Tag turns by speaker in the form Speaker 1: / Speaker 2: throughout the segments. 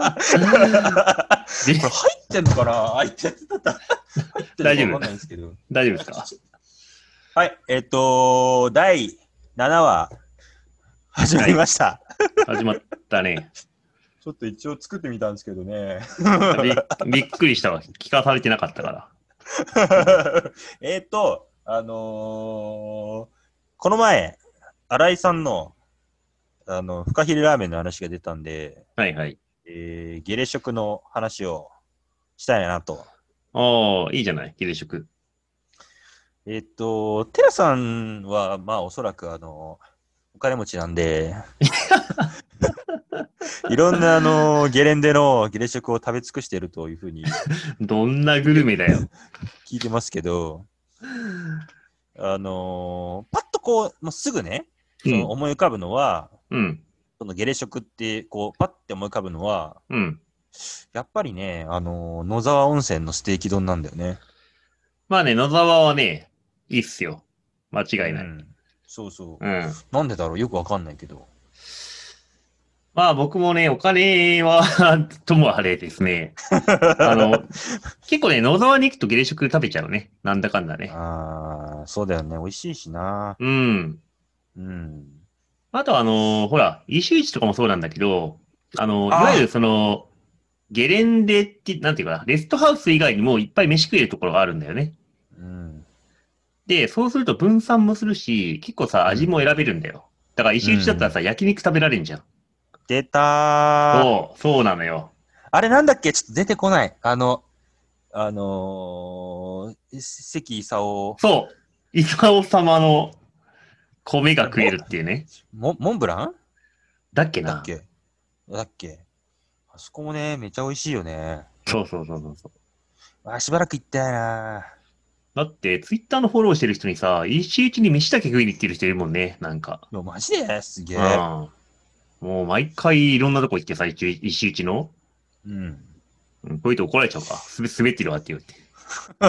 Speaker 1: これ入ってんのかな相手だったら入ってんの
Speaker 2: 大丈
Speaker 1: か
Speaker 2: 夫
Speaker 1: わかんないんですけど。
Speaker 2: 大丈夫ですか
Speaker 1: はい、えっ、と第7話、始まりました。
Speaker 2: 始まったね
Speaker 1: ちょっと一応作ってみたんですけどね。
Speaker 2: び。びっくりしたわ。聞かされてなかったから。
Speaker 1: えっと、あのーこの前、新井さんの、あの、フカヒレラーメンの話が出たんで、
Speaker 2: はいはい。
Speaker 1: えーゲレ食の話をしたいなと。
Speaker 2: おー、いいじゃない。ヒレ食。
Speaker 1: えっと、テラさんは、まあ、おそらく、あの、お金持ちなん で、いろんな、あの、ゲレンデのゲレ食を食べ尽くしているというふうに
Speaker 2: どんなグルメだよ。
Speaker 1: 聞いてますけど、あのーパッとこう、もうすぐね、
Speaker 2: う
Speaker 1: そ
Speaker 2: ん
Speaker 1: の。思い浮かぶのは、
Speaker 2: うん。
Speaker 1: そのゲレ食って、こう、パッて思い浮かぶのは、
Speaker 2: うん。
Speaker 1: やっぱりね、あのー野沢温泉のステーキ丼なんだよね。
Speaker 2: まあね、野沢はね、いいっすよ。間違いな
Speaker 1: う
Speaker 2: い。
Speaker 1: んそうそう。
Speaker 2: うん。
Speaker 1: なんでだろうよくわかんないけど。
Speaker 2: まあ僕もね、お金は、ともあれですね。あの、結構ね、野沢に行くとゲレ食食べちゃうね。なんだかんだね。
Speaker 1: ああ、そうだよね。美味しいしな。
Speaker 2: うん。
Speaker 1: うん。
Speaker 2: あとあのーほら、イシュイチとかもそうなんだけど、あのー
Speaker 1: あー
Speaker 2: いわゆるその、ゲレンデって、なんていうかな、レストハウス以外にもいっぱい飯食えるところがあるんだよね。
Speaker 1: うん。
Speaker 2: で、そうすると分散もするし、結構さ、味も選べるんだよ。だから、石打ちだったらさ、焼肉食べられんじゃん。
Speaker 1: 出たー。
Speaker 2: そう、そうなのよ。
Speaker 1: あれなんだっけちょっと出てこない。あの、あのー、関勲、
Speaker 2: そう、イカオ様の米が食えるっていうね。
Speaker 1: モモンブラン
Speaker 2: だっけ
Speaker 1: だ
Speaker 2: な
Speaker 1: っ。けだっけあそこもね、めちゃ美味しいよね。
Speaker 2: そうそうそうそうそう。
Speaker 1: あ、しばらく行ったよな。
Speaker 2: だって、ツイッターのフォローしてる人にさ、石打ちに飯だけ食いに行ってる人いるもんね、なんか。
Speaker 1: いや、マジですげえ。
Speaker 2: うん。もう毎回いろんなとこ行って最中、石打ちの、
Speaker 1: うん。
Speaker 2: うん、こういうと怒られちゃうか。すべ、滑ってるわって言って。
Speaker 1: あ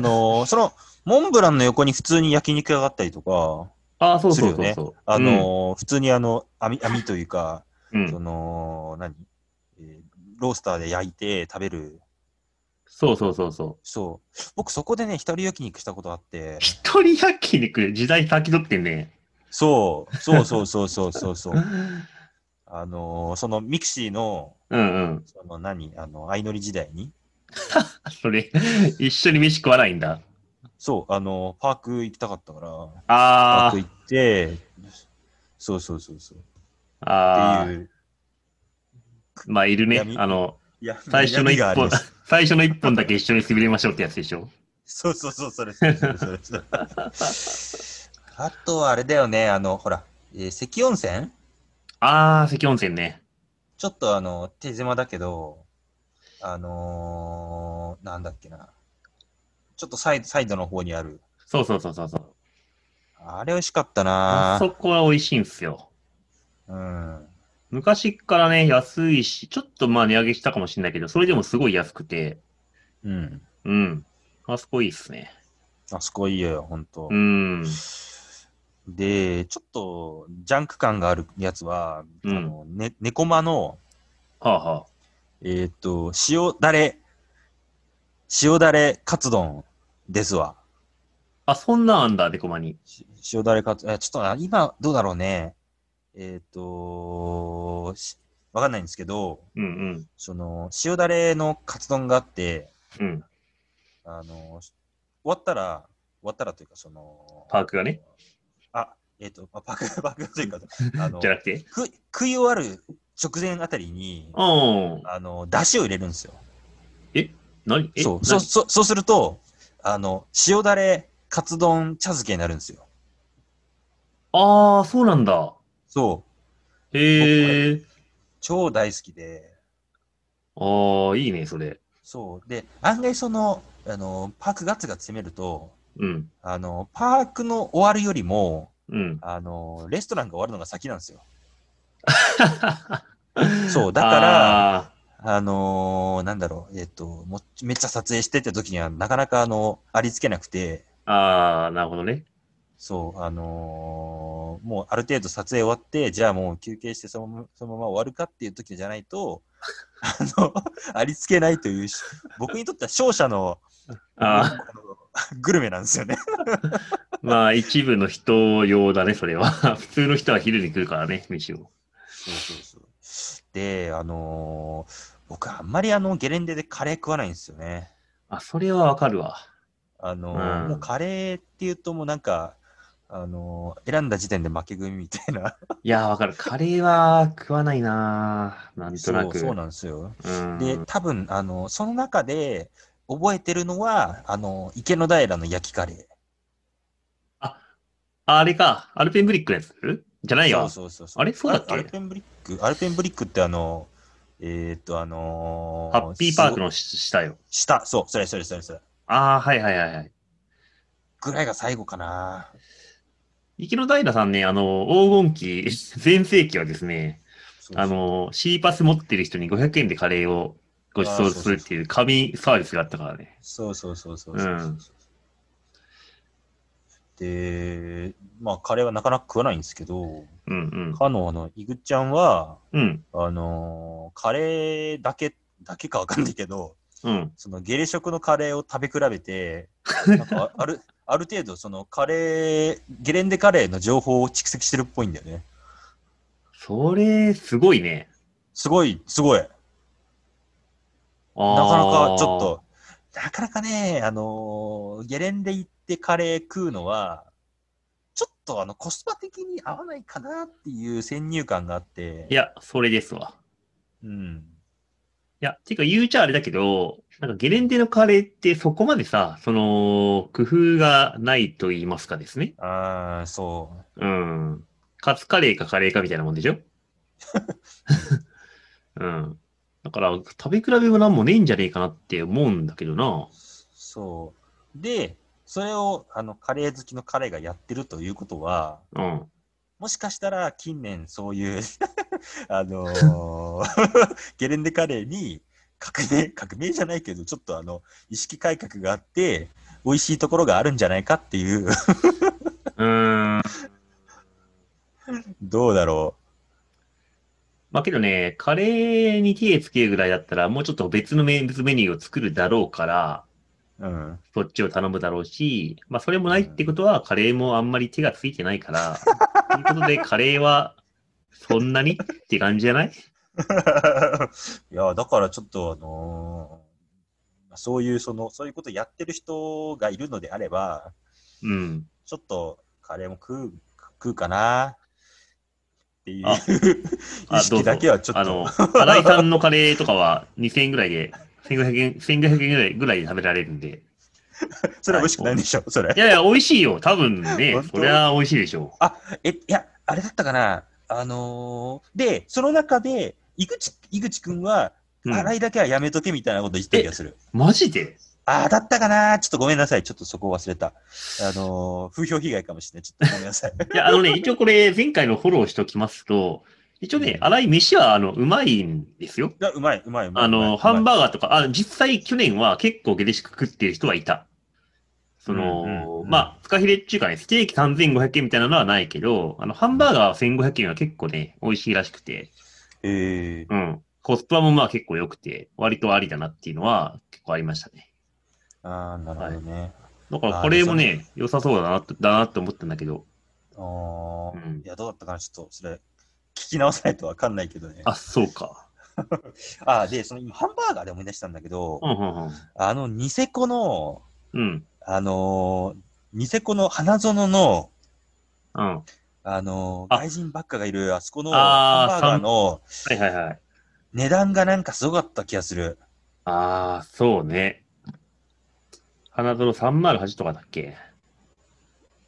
Speaker 1: のー、その、モンブランの横に普通に焼肉屋があったりとか、
Speaker 2: ああ、そうそ
Speaker 1: す
Speaker 2: う
Speaker 1: る
Speaker 2: そう
Speaker 1: よ
Speaker 2: そう。
Speaker 1: あのー普通にあの、網、網というか、
Speaker 2: うん、うん
Speaker 1: その、何、えーロースターで焼いて食べる。
Speaker 2: そうそうそうそう。
Speaker 1: そう。僕そこでね、一人焼肉したことあって。
Speaker 2: 一人焼肉、時代先取ってんね。
Speaker 1: そう、そうそうそうそうそうそうう。
Speaker 2: ん
Speaker 1: あのーそのミクシーの、
Speaker 2: うん。
Speaker 1: その何、あの、相乗り時代に、
Speaker 2: それ、一緒に飯食わないんだ。
Speaker 1: そう、あのーパーク行きたかったから、パー
Speaker 2: あ
Speaker 1: ク行って、そうそうそうそう。っ
Speaker 2: あ、あ
Speaker 1: て
Speaker 2: あ、
Speaker 1: いう。
Speaker 2: まあ、いるね
Speaker 1: 闇。
Speaker 2: あの、
Speaker 1: いや、
Speaker 2: 最初の
Speaker 1: 闇
Speaker 2: 一
Speaker 1: があり
Speaker 2: 本
Speaker 1: ます、
Speaker 2: 最初の一本だけ一緒に滑りましょうってやつでしょ。
Speaker 1: そうそうそう、それ、それ、それ、それ。 それあとはあれだよね、あの、ほら、えー関温泉
Speaker 2: ああ、関温泉ね。
Speaker 1: ちょっとあの、手狭だけど、あのー、なんだっけな。ちょっとサイサイドの方にある。
Speaker 2: そうそうそうそうそう。
Speaker 1: あれ美味しかった
Speaker 2: あ
Speaker 1: な
Speaker 2: そこは美味しいんすよ。
Speaker 1: うん。
Speaker 2: 昔からね、安いし、ちょっとまあ値上げしたかもしれないけど、それでもすごい安くて、
Speaker 1: うん。
Speaker 2: うん。あそこいいっすね。
Speaker 1: あそこいいよ、ほんと
Speaker 2: う。ん。
Speaker 1: で、ちょっと、ジャンク感があるやつは、
Speaker 2: うん
Speaker 1: あの、ね、猫間の、
Speaker 2: はあは
Speaker 1: えーっと、塩だれ、塩だれカツ丼ですわ。
Speaker 2: あ。あ、そんなんあんだ、デコマに。
Speaker 1: し塩だれカツ、え、ちょっと、あ今、どうだろうね。えーっと、しわかんないんですけど、
Speaker 2: うんうん。
Speaker 1: その、塩だれのカツ丼があって、
Speaker 2: うん。
Speaker 1: あの、終わったら、終わったらというか、その、
Speaker 2: パークがね。
Speaker 1: あ、えっ、と、まあ、パク、パ クという か、あの
Speaker 2: じゃ、なくて。
Speaker 1: 食い食い終わる直前あたりに、
Speaker 2: うん。
Speaker 1: あの、出汁を入れるんですよ。
Speaker 2: 何え
Speaker 1: そう、そ
Speaker 2: 何
Speaker 1: う、そう、そうすると、あの、塩だれ、カツ丼、茶漬けになるんですよ。
Speaker 2: ああ、そうなんだ。
Speaker 1: そう、
Speaker 2: へえ。
Speaker 1: 超大好きで、
Speaker 2: ああ、いいね、それ。
Speaker 1: そう。で、案外その、あの、パークガツガツ攻めると、
Speaker 2: うん。
Speaker 1: あの、パークの終わるよりも、
Speaker 2: うん。
Speaker 1: あの、レストランが終わるのが先なんです よ。そうだから
Speaker 2: あ
Speaker 1: あのー、なんだろう、えっ、ともう、めっちゃ撮影してって時には、なかなか、あの、ありつけなくて、
Speaker 2: ーあー、なるほどね。
Speaker 1: そう、あのーもうある程度撮影終わって、じゃあもう休憩してそのままそのまま終わるかっていう時じゃないと、あの、ありつけないというし、僕にとっては勝者の
Speaker 2: あ
Speaker 1: あのグルメなんですよね。
Speaker 2: あ、 まあ一部の人用だね、それは。 普通の人は昼に来るからね、むしろ。
Speaker 1: そうそうそう。で、あのー僕あんまりあのゲレンデでカレー食わないんですよね。
Speaker 2: あ、それはわかるわ。
Speaker 1: あのー
Speaker 2: うん
Speaker 1: もうカレーっていうともうなんか、あのー選んだ時点で負け組みたいな。
Speaker 2: いやー、わかる。カレーは食わないなーなんとな
Speaker 1: そ
Speaker 2: く。
Speaker 1: うそうなんですよ。
Speaker 2: うん
Speaker 1: で、多分、あの、その中で覚えてるのは、あの、池の平の焼きカレー。
Speaker 2: ああれか、アルペンブリックのやつじゃないよ。
Speaker 1: そうそうそうそう。
Speaker 2: あれそうだっけ
Speaker 1: アルペンブリック、アルペンブリックってあの、えーっと、あの
Speaker 2: ハッピーパーク
Speaker 1: の。
Speaker 2: のし下よ。
Speaker 1: 下、そう、それそれそれそれ。
Speaker 2: ああ、はいはいはいはい。
Speaker 1: ぐらいが最後かな。
Speaker 2: 池の平さんね、あの、黄金期、 全盛期はですね、
Speaker 1: そうそう
Speaker 2: あ、の、シーパス持ってる人に500円でカレーをご馳走するっていう神サービスがあったからね。
Speaker 1: そうそうそうそう
Speaker 2: う
Speaker 1: そう、
Speaker 2: ん
Speaker 1: で、まあ、カレーはなかなか食わないんですけど、
Speaker 2: うん
Speaker 1: かの、あの、イグちゃんは、
Speaker 2: うん。うん。
Speaker 1: あのーカレーだけ、だけかわかんないけど、
Speaker 2: うん。
Speaker 1: そのゲレ食のカレーを食べ比べて、なんかああ る、ある程度、そのカレー、ゲレンデカレーの情報を蓄積してるっぽいんだよね。
Speaker 2: それ、すごいね。
Speaker 1: すごい、すごい。な
Speaker 2: な
Speaker 1: かなかちょっ。と、なかなかね、あのーゲレンデ行ってカレー食うのは、ちょっとあのコスパ的に合わないかなっていう先入観があって。
Speaker 2: いや、それですわ。
Speaker 1: うん。
Speaker 2: いや、てか言うちゃあれだけど、なんかゲレンデのカレーってそこまでさ、その、工夫がないと言いますかですね。
Speaker 1: ああ、そう。
Speaker 2: うん。カツカレーかカレーかみたいなもんでしょうん。だから、食べ比べもなんもねえんじゃねえかなって思うんだけどな。
Speaker 1: そう。で、それをあのカレー好きの彼がやってるということは、
Speaker 2: うん。
Speaker 1: もしかしたら近年そういう、 あの ーゲレンデカレーに革命、革命じゃないけど、ちょっとあの、意識改革があって、美味しいところがあるんじゃないかっていう、
Speaker 2: うーん。
Speaker 1: どうだろ
Speaker 2: まあけどね、カレーに手つけるぐらいだったら、もうちょっと別の名物メニューを作るだろうから、
Speaker 1: う。うん。
Speaker 2: そっちを頼むだろうし、まあそれもないってことは、カレーもあんまり手がついてないから、という ことで、カレーはそんなにって感じじゃない
Speaker 1: いや、だからちょっとあのーそういう、その、そういうことやってる人がいるのであれば、
Speaker 2: うん。
Speaker 1: ちょっとカレーも食う食うかなっていう
Speaker 2: あ
Speaker 1: 意識だけはちょっと。
Speaker 2: あの、新井さんのカレーとかは2000円ぐらいで、1500円、1500円ぐらいぐらいで食べられるんで。
Speaker 1: それは美味しくないんでしょ、そ
Speaker 2: い
Speaker 1: れ。
Speaker 2: やいや、美味しいよ。多分ね
Speaker 1: 本、当
Speaker 2: そりゃ美味しいでしょ
Speaker 1: え、いや、あれだったかな。あのーで、その中で、井口、井口くんは、
Speaker 2: う。うん
Speaker 1: 洗いだけはやめとけみたいなこと言ってた気がする。
Speaker 2: マジで
Speaker 1: ああ、だったかなちょっとごめんなさい。ちょっとそこ忘れた。あのー風評被害かもしれない。ちょっとごめんなさい。
Speaker 2: いや、あのね、一応これ、前回のフォローしておきますと、一応ね、新井飯は、あの、うまいんですよ。
Speaker 1: いやうまい、うまい、うまい。
Speaker 2: あの、ハン
Speaker 1: バ
Speaker 2: バーガーとか、あ、実際去年は結構ゲレシク食ってる人はいた。そ
Speaker 1: うんうん
Speaker 2: の、
Speaker 1: うん
Speaker 2: まあ、フカヒレっていうかね、ステーキ3500円みたいなのはないけど、あの、ハンバーガー1500円は結構ね、美味しいらしくて、
Speaker 1: えー
Speaker 2: うん。コスパもまあ結構良くて、割とありだなっていうのは結構ありましたね。
Speaker 1: ああ、なるほどね。
Speaker 2: だから
Speaker 1: あ
Speaker 2: これもね、良さそうだなと、だなって思ったんだけど、
Speaker 1: ああ
Speaker 2: う
Speaker 1: ー
Speaker 2: ん
Speaker 1: い。や、どうだったかなちょっと、それ、聞き直さないとわかんないけどね。
Speaker 2: あ、そうか。
Speaker 1: ああ、で、その今、ハンバーガーで思い出したんだけど、
Speaker 2: うん、うん、
Speaker 1: あの、ニセコの、
Speaker 2: うん。うん。
Speaker 1: あのーニセコの花園の、
Speaker 2: うん。は
Speaker 1: あのー
Speaker 2: あ
Speaker 1: 外人ばっかがいる、あそこのハ
Speaker 2: あ
Speaker 1: ン
Speaker 2: ー
Speaker 1: バーガーの
Speaker 2: いはいはい。
Speaker 1: 値段がなんかすごかった気がする。
Speaker 2: ああ、そうね。花園308とかだっけ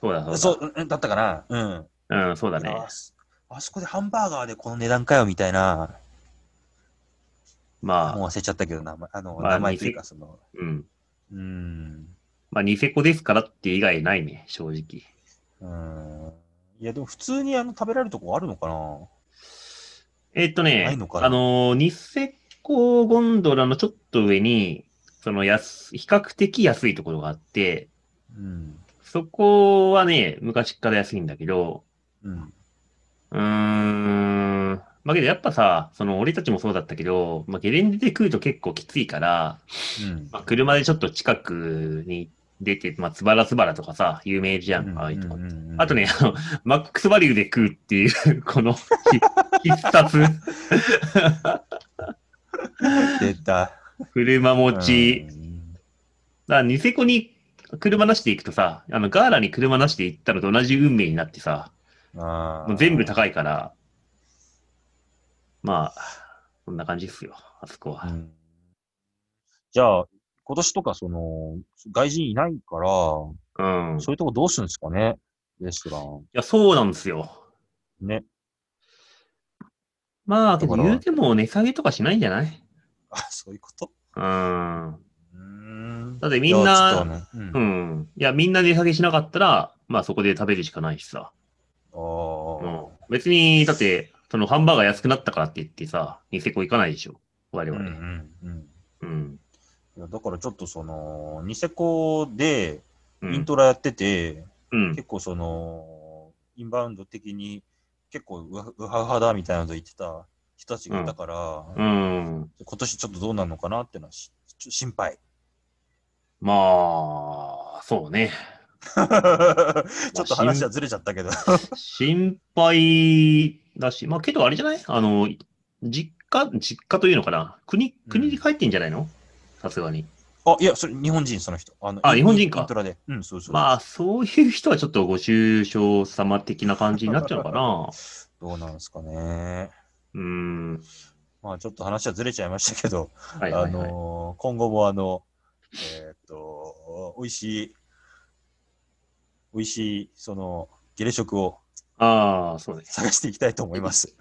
Speaker 2: そうだ、そうだ。
Speaker 1: そう、うんだったかなうん。
Speaker 2: うん、そうだね。
Speaker 1: あそあそこでハンバーガーでこの値段かよみたいな、
Speaker 2: ま
Speaker 1: もう忘れちゃったけど、名前、あの、
Speaker 2: まあ
Speaker 1: 名前というか、その、
Speaker 2: あ、うん。
Speaker 1: うん。
Speaker 2: まあ、ニセコですからって以外ないね、正直。
Speaker 1: うん。いや、でも普通にあの食べられるとこあるのかな
Speaker 2: えーっとね、
Speaker 1: ないのかな
Speaker 2: あのーニセコゴンドラのちょっと上に、その安、比較的安いところがあって、
Speaker 1: うん。
Speaker 2: そこはね、昔っから安いんだけど、
Speaker 1: うん。
Speaker 2: うーん。まあけどやっぱさ、その俺たちもそうだったけど、まあゲレンデで食うと結構きついから、
Speaker 1: うん。
Speaker 2: まあ、車でちょっと近くに出て、まあ、つばらつばらとかさ、有名じゃん、ああいうとこ。あと
Speaker 1: ね、
Speaker 2: ね、あの、マックスバリューで食うっていう、 この必殺、
Speaker 1: 出た。
Speaker 2: 車持ち。
Speaker 1: うん
Speaker 2: だからニセコに車なしで行くとさ、あの、ガーラに車なしで行ったのと同じ運命になってさ、
Speaker 1: あー
Speaker 2: もう全部高いから、まあ、そんな感じっすよ、あそこは。
Speaker 1: うんじゃあ、今年とかその、外人いないから、
Speaker 2: うん。い
Speaker 1: そういうとこどうするんですかねレストラン。
Speaker 2: や、そうなんですよ。
Speaker 1: ね。
Speaker 2: まあ、けど
Speaker 1: だから
Speaker 2: 言うても値下げとかしないんじゃない
Speaker 1: あ、そういうこと
Speaker 2: うん。
Speaker 1: うーん。
Speaker 2: だってみん
Speaker 1: いやちょっと
Speaker 2: な、
Speaker 1: ねうん
Speaker 2: うん。いや、みんな値下げしなかったら、まあそこで食べるしかないしさ。う
Speaker 1: あ
Speaker 2: ん。別に、だって、そのハンバーガー安くなったからって言ってさ、ニセコ行かないでしょ。我
Speaker 1: ーう
Speaker 2: 々。
Speaker 1: んう
Speaker 2: うん。
Speaker 1: んうん
Speaker 2: うん。
Speaker 1: いやだからちょっとその、ニセコで
Speaker 2: うん
Speaker 1: イントラやってて、
Speaker 2: うん。
Speaker 1: 結構その、インバウンド的に結構うはうはうはだみたいなの言ってた人たちがいたから、
Speaker 2: うん。
Speaker 1: 今年ちょっとどうなるのかなってのはしちょ心配。
Speaker 2: まあ、そうね。
Speaker 1: ち ょっと話はずれちゃったけど。
Speaker 2: 心配だし、まあけどあれじゃないあの、実家、実家というのかな国、国に帰ってんじゃないのさすがに。
Speaker 1: あ、いや、それ日本人、その人。あ、の
Speaker 2: あ
Speaker 1: イン
Speaker 2: 日本人か
Speaker 1: イントラで。うん、そうそう。
Speaker 2: まあ、そういう人はちょっとご愁傷様的な感じになっちゃうのかな。
Speaker 1: どうなんですかね。
Speaker 2: うん。
Speaker 1: まあ、ちょっと話はずれちゃいましたけど、
Speaker 2: はいはい、はい。
Speaker 1: あのー今後もあの、えーっと、美味しい、美味しい、その、ゲレ食を
Speaker 2: ああ、そうです。
Speaker 1: 探していきたいと思い ます。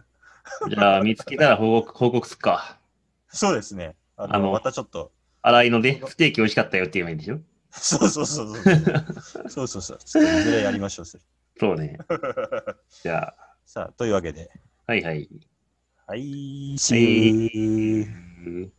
Speaker 2: じゃあ、見つけたら報告、報告すっか。
Speaker 1: そうですね。あの、
Speaker 2: あの
Speaker 1: またちょっと、
Speaker 2: 洗いので、ステーキ美味しかったよって言えばいいんでしょ
Speaker 1: そうそうそうそう。そうそう そう。ちょっといずれやりましょう。それ
Speaker 2: そうね。じゃあ、
Speaker 1: さあ、というわけで。
Speaker 2: はいはい。
Speaker 1: はい、see you.
Speaker 2: うん